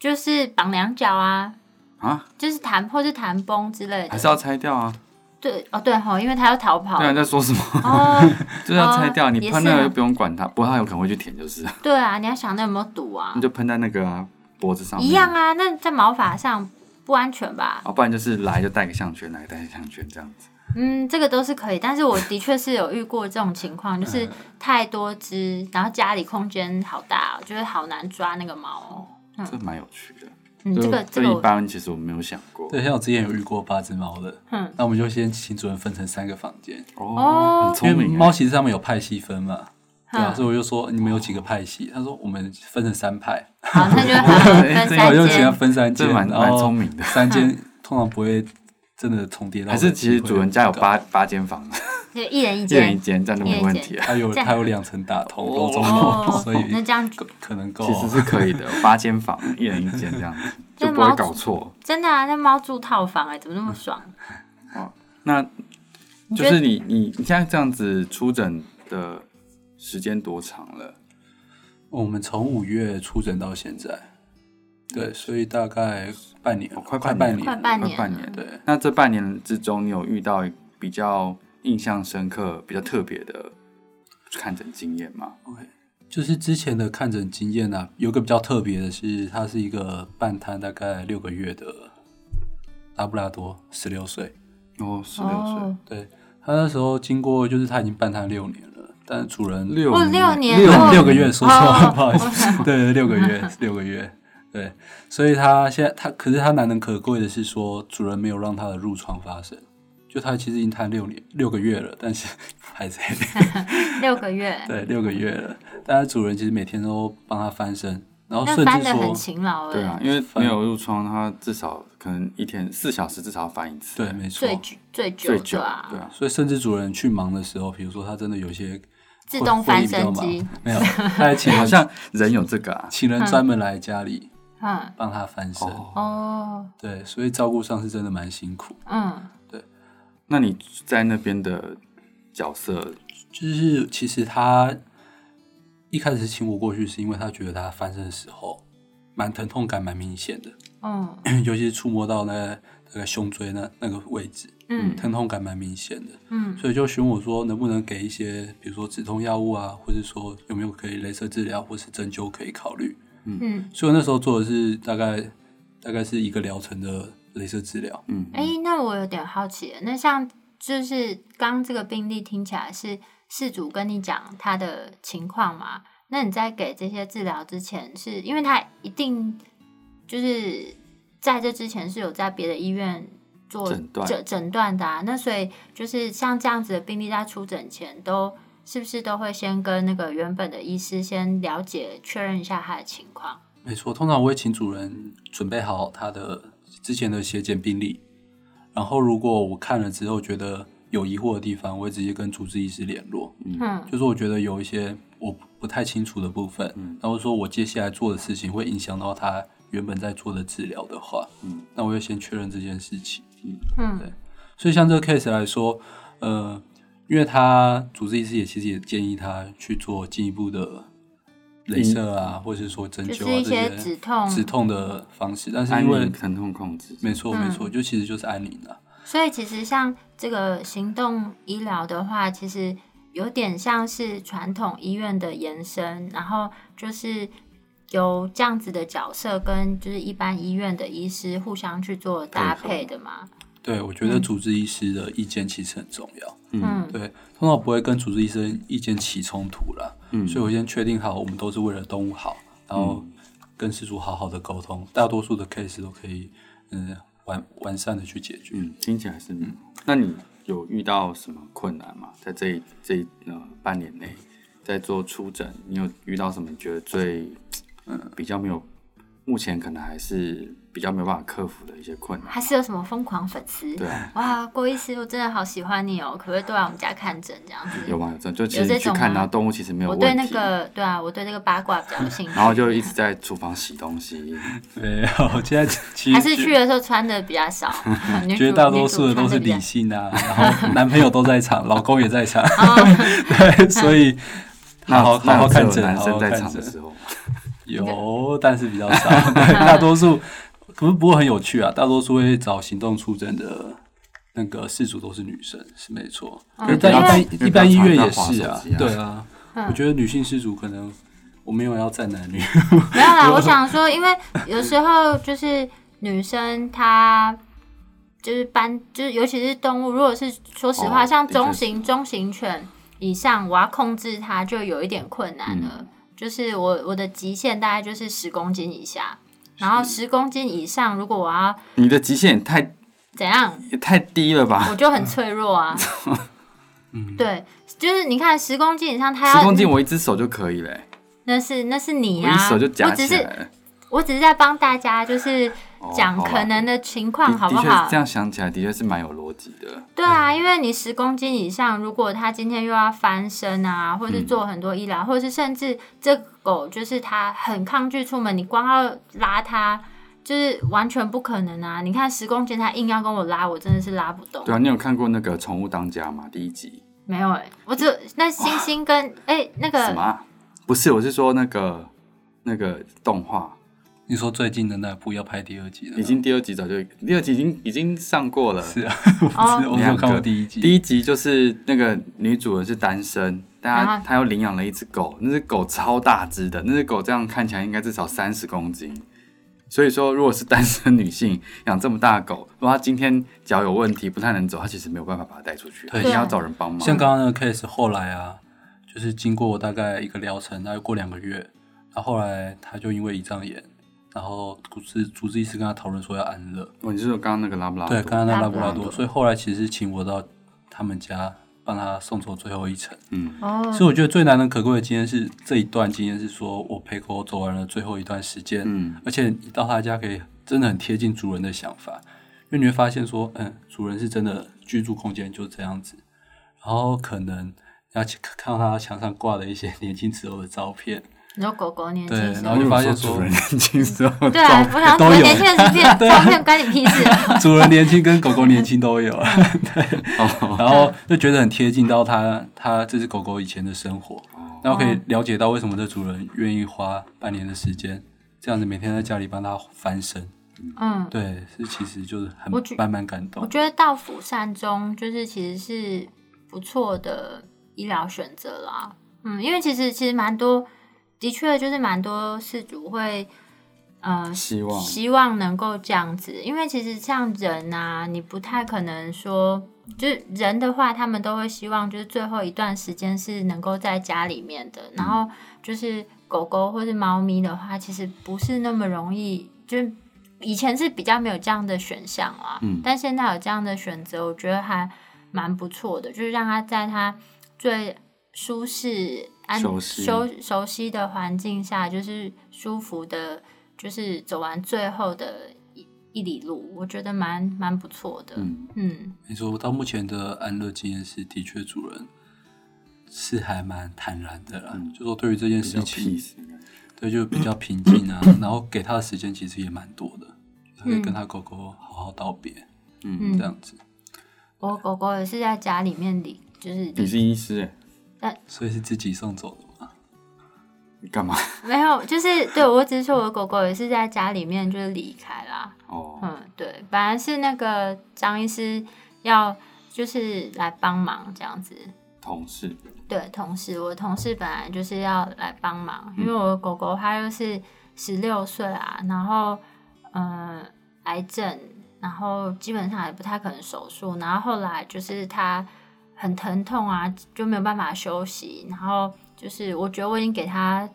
S2: 就是绑两脚啊，
S1: 啊，
S2: 就是弹或是弹崩之类
S1: 还
S2: 的。
S1: 是要拆掉啊？
S2: 对，哦对吼，因为他要逃跑
S1: 对。啊，你在说什么？
S2: 哦，
S1: 就是要拆掉，你
S2: 也
S1: 喷
S2: 是啊
S1: 那个又不用管它，不过它有可能会去舔，就是
S2: 对啊，你要想那有没有毒啊
S1: 你？就喷在那个啊脖子上面
S2: 一样啊，那在毛发上不安全吧？
S1: 啊，不然就是来就带个项圈，来带个项圈这样子。
S2: 嗯，这个都是可以，但是我的确是有遇过这种情况，就是
S1: 嗯
S2: 太多只，然后家里空间好大、哦，就是好难抓那个毛、哦。
S1: 这蛮有趣的。
S2: 嗯，这个这
S1: 这
S2: 个
S1: 一
S2: 我，
S1: 般其实我没有想过。
S3: 对，像我之前有遇过八只猫的，
S2: 嗯，
S3: 那我们就先请主人分成三个房间，
S1: 哦，很
S3: 因
S1: 聪
S3: 为
S1: 明
S3: 猫
S1: 啊。
S3: 其实上面有派系分嘛，对啊，
S2: 嗯
S3: 所以我就说你们有几个派系？他说我们分成三派，
S2: 好，那就好分
S1: 这
S3: 我
S2: 三
S3: 就请他
S2: 间。
S3: 分三间，
S1: 这蛮
S3: 然后
S1: 蛮聪明的
S3: 三间通常不会真的重叠到，
S1: 还是其实主人家有，八八间房，啊
S2: 就一人一
S1: 一人一间，
S2: 间。
S1: 这样就没问题了。啊
S3: 他有
S2: 这样
S3: 他有两层打通，都中楼，
S2: 哦
S3: 所以，
S2: 那这样
S3: 可可能够
S1: 其实
S3: 啊。
S1: 是可以 的，八间房，一人一间这样子，
S2: 这
S1: 就不会
S2: 猫
S1: 搞错。
S2: 真的啊，那猫住套房哎、怎么那么爽？
S1: 那
S2: 你
S1: 就
S2: 觉得
S1: 是你你你现在这样子出诊的时间多长了？
S3: 我们从五月出诊到现在，对，所以大概半年，
S1: 哦快
S3: 快
S1: 半
S3: 年，
S1: 年
S2: 快半年
S1: 快
S2: 了，
S1: 半年
S3: 对，
S1: 那这半年之中，你有遇到比较印象深刻、比较特别的看诊经验吗？
S3: 就是之前的看诊经验啊，有个比较特别的是，它是一个半瘫大概六个月的拉布拉多，十六岁。
S1: 哦，十六岁，
S2: 哦，
S3: 对，他那时候经过，就是他已经半瘫六年了，但主人
S1: 六
S2: 哦六年
S3: 六
S2: 哦
S3: 六个月，说错
S2: 哦
S3: 了，不好意
S2: 哦
S3: 思， 对，六个月，六个月，对，所以他现在他，可是他难能可贵的是说，主人没有让他的褥疮发生，就他其实已经瘫六年六个月了，但是 还在。
S2: 六个月，
S3: 对，哦六个月了，但是主人其实每天都帮他翻身，然后
S2: 那
S3: 甚
S2: 翻
S3: 至
S2: 的很
S3: 说，
S2: 勤劳哎、
S1: 对啊，因为没有褥疮，它至少可能一天四小时至少要翻一次。
S3: 对，没错
S2: 最，久最久
S1: 最
S2: 的
S1: 久，
S2: 啊，
S1: 对啊，
S3: 所以甚至主人去忙的时候，比如说他真的有些
S2: 自
S3: 会
S2: 动翻身，
S3: 会议比
S2: 机
S3: 较，忙没有，他还 请
S1: 好
S3: 人
S1: 像人有这个啊，
S3: 请人专门来家里
S2: 嗯，
S3: 帮他翻身，
S1: 哦
S2: 哦，
S3: 对，所以照顾上是真的蛮辛苦。
S2: 嗯，
S1: 那你在那边的角色，
S3: 就是其实他一开始请我过去，是因为他觉得他翻身的时候蛮疼痛感蛮明显的，
S2: 嗯
S3: 尤其是触摸到那那个胸椎那那个位置，
S2: 嗯
S3: 疼痛感蛮明显的。
S2: 嗯
S3: 所以就询我说能不能给一些，比如说止痛药物啊，或者说有没有可以镭射治疗或是针灸可以考虑。
S2: 嗯，
S3: 所以我那时候做的是大概大概是一个疗程的镭射治疗，
S1: 嗯，
S2: 哎、那我有点好奇，那像就是刚这个病例听起来是事主跟你讲他的情况嘛？那你在给这些治疗之前是，因为他一定就是在这之前是有在别的医院做
S1: 诊断
S2: 诊诊断的啊，那所以就是像这样子的病例，在出诊前都是不是都会先跟那个原本的医师先了解确认一下他的情况？
S3: 没错，通常我会请主人准备好他的之前的血检病历，然后如果我看了之后觉得有疑惑的地方，我会直接跟主治医师联络。
S2: 嗯
S3: 就是我觉得有一些我不不太清楚的部分，然后说我接下来做的事情会影响到他原本在做的治疗的话，
S1: 嗯
S3: 那我要先确认这件事情。
S2: 嗯
S3: 所以像这个 case 来说，呃，因为他主治医师也其实也建议他去做进一步的镭射啊，或是说针灸
S2: 就
S3: 啊
S2: 是一些
S3: 这
S2: 止痛
S3: 止痛的方式，但是
S1: 安
S3: 因为
S1: 宁疼痛控制，
S3: 没错
S2: 嗯
S3: 没错，就其实就是安宁啊。
S2: 所以其实像这个行动医疗的话，其实有点像是传统医院的延伸，然后就是由这样子的角色跟就是一般医院的医师互相去做搭配的嘛。
S3: 对，我觉得主治医师的意见其实很重要。
S2: 嗯
S3: 对，通常不会跟主治医生意见起冲突啦。
S1: 嗯
S3: 所以我先确定好，我们都是为了动物好，然后跟事主好好的沟通，大多数的 case 都可以，嗯，完完善的去解决。
S1: 嗯，听起来是。那你有遇到什么困难吗？在这一这一呃半年内，在做出诊，你有遇到什么你觉得最嗯比较没有，目前可能还是比较没有办法克服的一些困难？
S2: 还是有什么疯狂粉丝？
S1: 对啊，
S2: 哇，郭医师，我真的好喜欢你哦，可不可以多来我们家看诊这样子？
S1: 有吗？有这就其
S2: 有
S1: 实
S2: 这
S1: 你去
S2: 种
S1: 看，
S2: 吗
S1: 然后动物其实没有
S2: 我
S1: 问
S2: 对
S1: 题，
S2: 那个对啊，我对这个八卦比较有兴趣。
S1: 然后就一直在厨房洗东 西。
S3: 没有，现在其实
S2: 还是去的时候穿的比 较少，女主
S3: 绝大多数的都
S2: 女主穿得
S3: 是
S2: 比较
S3: 理 性啊，然后男朋友都在场，老公也在场，
S2: 哦，
S3: 对，所以
S1: 那
S3: 好好
S1: 那
S3: 好
S1: 有
S3: 好
S1: 只有
S3: 看诊，
S1: 男
S3: 好
S1: 生
S3: 好
S1: 在
S3: 看
S1: 场的
S3: 诊。
S1: 时候，
S3: 有，但是比较 少，对，大多数可是不过很有趣啊，大多数会找行动出诊的。那个事主都是女生，是没错。
S2: 嗯
S3: 一般一
S1: 哦因为
S3: 般
S1: 嗯
S3: 一般医院也
S1: 因为
S3: 是
S1: 比较常在
S3: 啊
S1: 滑手机啊，
S3: 对啊。我觉得女性事主可能我没有要站男女，
S2: 没 有啦，我想说，因为有时候就是女生她就是搬，就是尤其是动物，如果是说实话，
S1: 哦
S2: 像
S1: 的确
S2: 中型中型犬以上，我要控制它就有一点困难了。
S1: 嗯
S2: 就是我我的极限大概就是十公斤以下，然后十公斤以上，如果我要
S1: 你的极限也太
S2: 怎样，
S1: 也太低了吧？
S2: 我就很脆弱 啊。对，就是你看十公斤以上，它
S1: 嗯
S2: 要
S1: 十公斤我一只手就可以了欸，
S2: 那是那是你
S1: 我
S2: 啊，
S1: 一手就夹
S2: 我只
S1: 起来
S2: 是
S1: 了。
S2: 我只是在帮大家就是
S1: 哦
S2: 讲
S1: 好吧
S2: 可能的情
S1: 的
S2: 况，好不
S1: 的确
S2: 好
S1: 是这？样想起来的确是蛮有逻辑的。
S2: 对啊，因为你十公斤以上，如果它今天又要翻身啊，或
S1: 嗯
S2: 是做很多医疗，或是甚至这个狗就是它很抗拒出门，你光要拉它。就是完全不可能啊！你看十公斤，它硬要跟我拉，我真的是拉不动。
S1: 对啊，你有看过那个《宠物当家》吗？第一集
S2: 没有哎、我只有那星星跟哎、那
S1: 什么
S2: 个
S1: 啊、不是，我是说那个那个动画，
S3: 你说最近的那部要拍第二季了吗，
S1: 已经第二集早就第二集已经已经上过了。
S3: 是啊，我
S2: 哦
S3: 只我只有
S1: 两个
S3: 看过第一季，
S1: 第一集就是那个女主人是单身，但她
S2: 然后
S1: 她又领养了一只狗，那只狗超大只的，那只狗这样看起来应该至少三十公斤。所以说，如果是单身女性养这么大的狗，如果她今天脚有问题不太能走，她其实没有办法把它带出去，她
S3: 对
S1: 一定要找人帮忙。
S3: 像刚刚那个 case，后来啊，就是经过我大概一个疗程，大概过两个月，然后后来他就因为胰脏炎，然后主治主治医师跟他讨论说要安乐，
S1: 哦，你是说刚刚那个拉布拉多？
S3: 对，刚刚那
S2: 拉
S3: 拉
S2: 布
S3: 布
S2: 拉
S3: 拉
S2: 多
S3: 多，所以后来其实请我到他们家帮他送走最后一程。
S1: 嗯，
S2: 哦，
S3: 所以我觉得最难能可贵的经验是这一段经验是说我陪狗走完了最后一段时间，
S1: 嗯，
S3: 而且你到他家可以真的很贴近主人的想法，因为你会发现说，嗯，主人是真的居住空间就是这样子，然后可能要去看到他墙上挂的一些 年轻时候的照片，
S2: 你说狗狗年轻
S3: 对
S2: 时，
S3: 然
S2: 候
S3: 后，就发现
S1: 主
S3: 说
S1: 人，年轻时候的
S2: 对啊，我想
S3: 都
S2: 说
S3: 有
S2: 年轻人 是骗照片关你屁事啊。
S3: 主人年轻跟狗狗年轻都有，
S1: 哦
S3: 对， 然后就觉得很贴近到他他这只狗狗以前的生活，
S1: 哦
S3: 然后可以了解到为什么这主人愿意花半年的时间。这样子每天在家里帮它翻身，
S2: 嗯，
S3: 对，是其实就是很
S2: 我觉
S3: 慢慢感
S2: 我
S3: 动。
S2: 觉得到釜山中就是其实是不错的医疗选择啦。嗯，因为其实其实蛮多，的确就是蛮多事主会，呃，
S1: 希望
S2: 希望能够这样子，因为其实像人啊，你不太可能说，就是人的话，他们都会希望就是最后一段时间是能够在家里面的，然后就是狗狗或是猫咪的话，其实不是那么容易，就是以前是比较没有这样的选项啊，
S1: 嗯
S2: 但现在有这样的选择，我觉得还蛮不错的，就是让它在它最舒适、安
S1: 熟悉
S2: 熟熟悉的环境下，就是舒服的，就是走完最后的一一里路，我觉得蛮蛮不错的。
S1: 嗯
S2: 嗯
S3: 你说我到目前的安乐经验是，的确主人是还蛮坦然的啦，就说对于这件
S1: 嗯比较
S3: 事情，
S1: peace 的感觉。
S3: 对，就比较平 静啊，然后给他的时间其实也蛮多的，他可以跟他狗狗好好道别，
S1: 嗯，
S2: 嗯
S3: 这，样子，
S2: 我狗狗也是在家里面领，就是
S1: 你是医师哎，
S3: 所以是自己送走的嘛。
S1: 你干嘛？
S2: 没有，就是对我只是说我的狗狗也是在家里面就是离开啦。
S1: 哦，
S2: 嗯，对，本来是那个张医师要就是来帮忙这样子。
S1: 同事，
S2: 对，同事，我同事本来就是要来帮忙，因为我的狗狗它就是十六岁啊，然后嗯、呃癌症，然后基本上也不太可能手术。然后后来就是他很疼痛啊，就没有办法休息。然后就是我觉得我已经给他，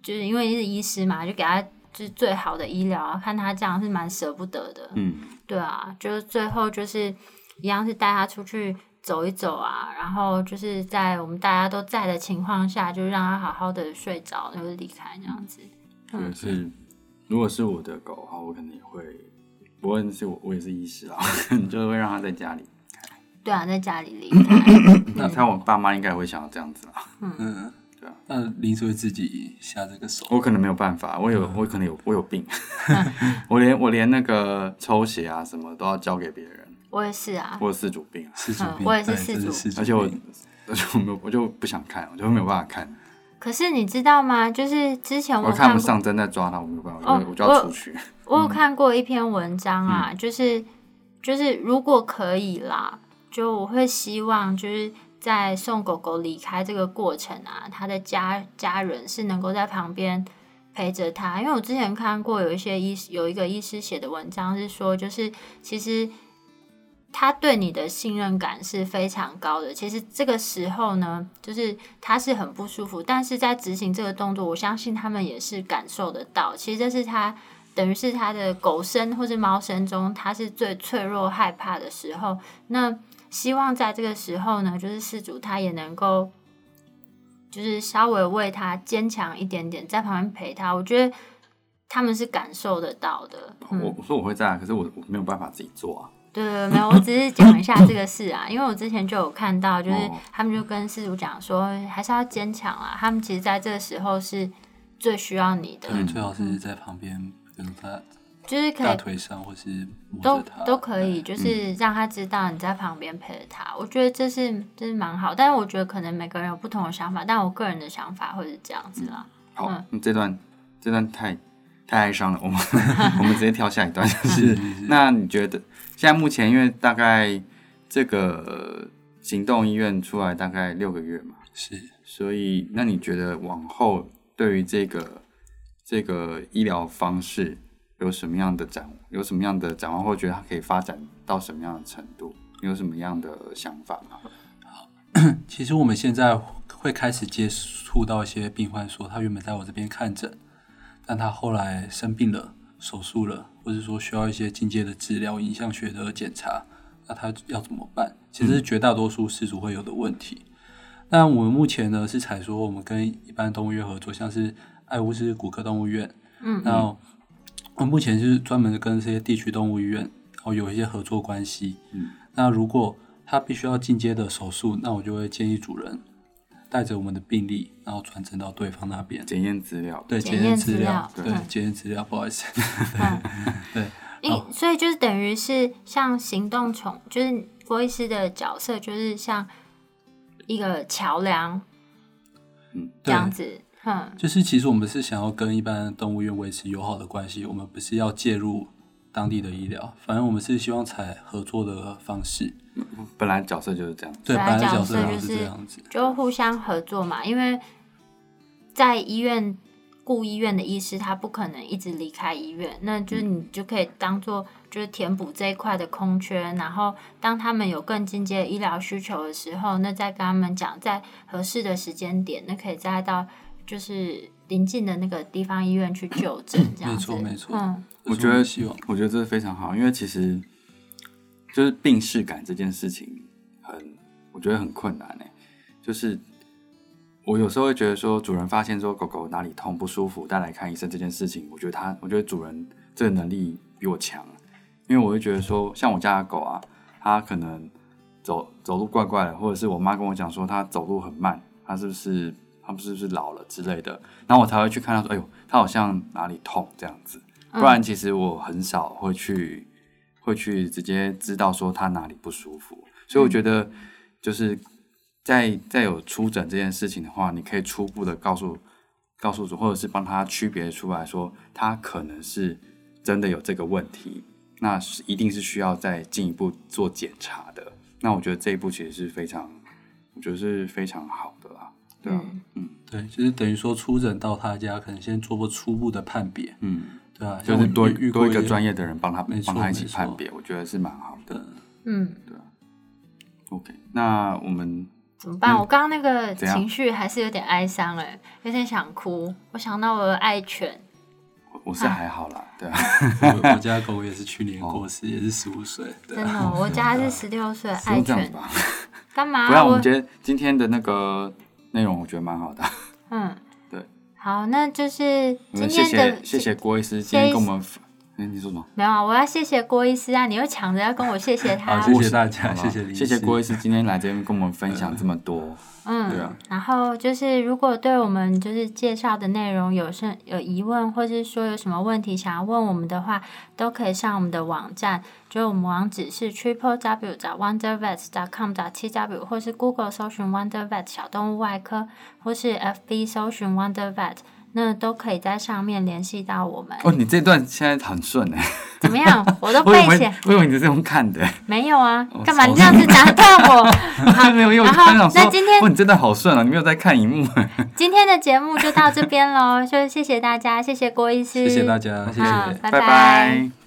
S2: 就是因为是医师嘛，就给他就是最好的医疗啊。看他这样是蛮舍不得的，
S1: 嗯，
S2: 对啊，就是最后就是一样是带他出去走一走啊，然后就是在我们大家都在的情况下，就让他好好的睡着，就是离开这样子。嗯
S1: 对，是，如果是我的狗的话，我可能也会，不论是我，我也是医师啊， 就会让它在家里。
S2: 对啊，在家里离开。
S1: 那像我爸妈应该也会想要这样子啊啦。
S3: 嗯，
S1: 对啊。
S3: 那林子会自己下这个手，
S1: 我可能没有办法，我有，我可能有，我有病，
S2: 嗯
S1: 我连我连那个抽血啊什么都要交给别人，
S2: 我也是啊，
S1: 我有四主病啊，
S3: 四主
S2: 嗯
S3: 病，
S2: 我也是
S3: 对
S2: 四
S3: 这
S2: 组
S3: 四
S1: 而且我
S3: 病，
S1: 而且我没有，我就不想看，我就没有办法看，
S2: 可是你知道吗？就是之前
S1: 我
S2: 我
S1: 看
S2: 哦看
S1: 不
S2: 过，
S1: 上针在抓它，我没有办法，我就
S2: 哦
S1: 我就要出去。
S2: 我有看过一篇文章啊，就是就是如果可以啦，就我会希望就是在送狗狗离开这个过程啊，他的家家人是能够在旁边陪着他，因为我之前看过有一些医有一个医师写的文章是说，就是其实。他对你的信任感是非常高的。其实这个时候呢，就是他是很不舒服，但是在执行这个动作，我相信他们也是感受得到。其实这是他等于是他的狗生或是猫生中，他是最脆弱、害怕的时候。那希望在这个时候呢，就是事主他也能够，就是稍微为他坚强一点点，在旁边陪他。我觉得他们是感受得到的。嗯，
S1: 我我说我会在啊，可是我我没有办法自己做啊。
S2: 对对，对没有，我只是讲一下这个事啊，因为我之前就有看到，就是
S1: 哦
S2: 他们就跟事主讲说，还是要坚强啊。他们其实在这个时候是最需要你的，
S1: 嗯
S3: 对，最好是在旁边跟他
S2: 就是可
S3: 嗯大
S2: 以
S3: 腿上，或是摸
S2: 都
S3: 着他，嗯
S2: 都可以，就是让他知道你在旁边陪着他，我觉得这是这是蛮好。但是我觉得可能每个人有不同的想法，但我个人的想法会是这样子啦。
S1: 好，
S2: 嗯
S1: 嗯、这段这段太太哀伤了，我们 我们直接跳下一段。就是
S3: 是是
S1: 那你觉得现在目前，因为大概这个行动医院出来大概六个月嘛，
S3: 是
S1: 所以那你觉得往后对于这个这个医疗方式有什么样的展有什么样的展望，或觉得它可以发展到什么样的程度？你有什么样的想法吗？
S3: 其实我们现在会开始接触到一些病患说，他原本在我这边看诊，但他后来生病了、手术了，或者说需要一些进阶的治疗、影像学的检查，那他要怎么办？其实是绝大多数事主会有的问题。那我们目前呢是采说，我们跟一般动物园合作，像是爱乌斯骨科动物园，
S2: 嗯，
S3: 那我们目前是专门跟这些地区动物医院，然后有一些合作关系，
S1: 嗯，
S3: 那如果他必须要进阶的手术，那我就会建议主人带着我们的病例，然后转诊到对方那边，
S1: 检验资料，
S3: 对，
S2: 检验
S3: 检验
S2: 资
S3: 资
S2: 料
S3: 对
S2: 嗯，
S3: 检验资料，不好意思，
S2: 嗯，
S3: 对，
S2: 因、
S3: 哦
S2: 所以就是等于是像行动宠，就是郭医师的角色，就是像一个桥梁这
S3: 对
S2: 样子。嗯，
S3: 就是其实我们是想要跟一般的动物园维持友好的关系，我们不是要介入当地的医疗，反正我们是希望采合作的方式，
S1: 本来角色就是这样。
S3: 对，
S2: 本
S3: 本
S2: 来
S3: 来角
S2: 角
S3: 色
S2: 色
S3: 上
S2: 就是
S3: 这样子，
S2: 就互相合作嘛，因为在医院雇医院的医师，他不可能一直离开医院，那就是
S3: 嗯
S2: 你就可以当做就是填补这一块的空缺，然后当他们有更进阶的医疗需求的时候，那再跟他们讲，在合适的时间点，那可以再到就是临近的那个地方医院去就诊，这样子，
S3: 没错没错
S2: 嗯，
S1: 我
S3: 这
S1: 觉
S3: 是们
S1: 得
S3: 希望，
S1: 我觉得这是非常好，因为其实就是病逝感这件事情很，我觉得很困难诶、就是我有时候会觉得说，主人发现说狗狗哪里痛不舒服带来看医生这件事情，我觉得他，我觉得主人这个能力比我强，因为我会觉得说，像我家的狗啊，它可能走走路怪怪的，或者是我妈跟我讲说它走路很慢，它是不是它是不是老了之类的，然后我才会去看它说，哎呦，它好像哪里痛这样子。
S2: 嗯
S1: 不然其实我很少会去会去直接知道说他哪里不舒服，所以我觉得就是在在有出诊这件事情的话，你可以初步的告诉告诉主，或者是帮他区别出来说他可能是真的有这个问题，那是一定是需要再进一步做检查的。那我觉得这一步其实是非常，我觉得是非常好的啦，对啊，
S2: 嗯
S3: 对，就是等于说出诊到他家，可能先做过初步的判别，
S1: 嗯
S3: 对啊，
S1: 就是多
S3: 遇遇
S1: 多
S3: 过
S1: 一个
S3: 也
S1: 专业的人帮他
S3: 没错
S1: 帮他一起
S3: 没错
S1: 判别，我觉得是蛮好的。
S2: 嗯，
S1: OK，那我们
S2: 怎么办？
S1: 嗯
S2: 我刚刚那个
S1: 怎样
S2: 情绪还是有点哀伤哎、有点想哭。我想到我的爱犬，
S1: 我我是还好啦，对啊，
S3: 我我家狗也是去
S1: 哦
S3: 年过世，也是十五岁，对
S2: 真
S3: 啊，
S2: 的 哦，我家是十六岁的
S1: 是
S2: 爱
S1: 这样子
S2: 犬，
S1: 吧。
S2: 干嘛？
S1: 不然我们今天今天的那个内容，我觉得蛮好的。
S2: 嗯，
S1: 对，
S2: 好，那就是
S1: 我
S2: 今
S1: 们谢
S2: 天的
S1: 谢谢谢郭医师今
S2: 谢
S1: 天
S2: 医
S1: 跟我们分，哎，你说什么？
S2: 没有啊，我要谢谢郭医师啊！你又抢着要跟我谢谢他，
S3: 好谢 谢大家，
S1: 好
S3: 谢
S1: 吧
S3: 谢林，
S1: 谢谢郭医师今天来这边跟我们分享这么多。
S2: 嗯，
S1: 对啊
S2: 然后就是如果对我们就是介绍的内容有甚有疑问，或是说有什么问题想要问我们的话，都可以上我们的网站，就是我们网址是 triple w 找 wonder vet com 找 t w，或是 Google 搜寻 wonder vet 小动物外科，或是 FB 搜寻 wonder vet。那都可以在上面联系到 我们，
S1: 哦，你这段现在很顺哎，
S2: 怎么样？我都
S1: 我以
S2: 背起
S1: 为
S2: 来，
S1: 我以为你是用看的，
S2: 没有啊？
S1: 哦
S2: 干嘛
S1: 手
S2: 你这样子打断 我？
S1: 没有，因为我
S2: 然
S1: 刚
S2: 后
S1: 想
S2: 那
S1: 说，
S2: 今天
S1: 哇，你真的好顺啊，你没有在看荧幕。
S2: 今天的节目就到这边喽，就谢谢大家，谢谢郭医师，
S3: 谢谢大家，谢谢
S2: 好，。拜
S1: 拜拜。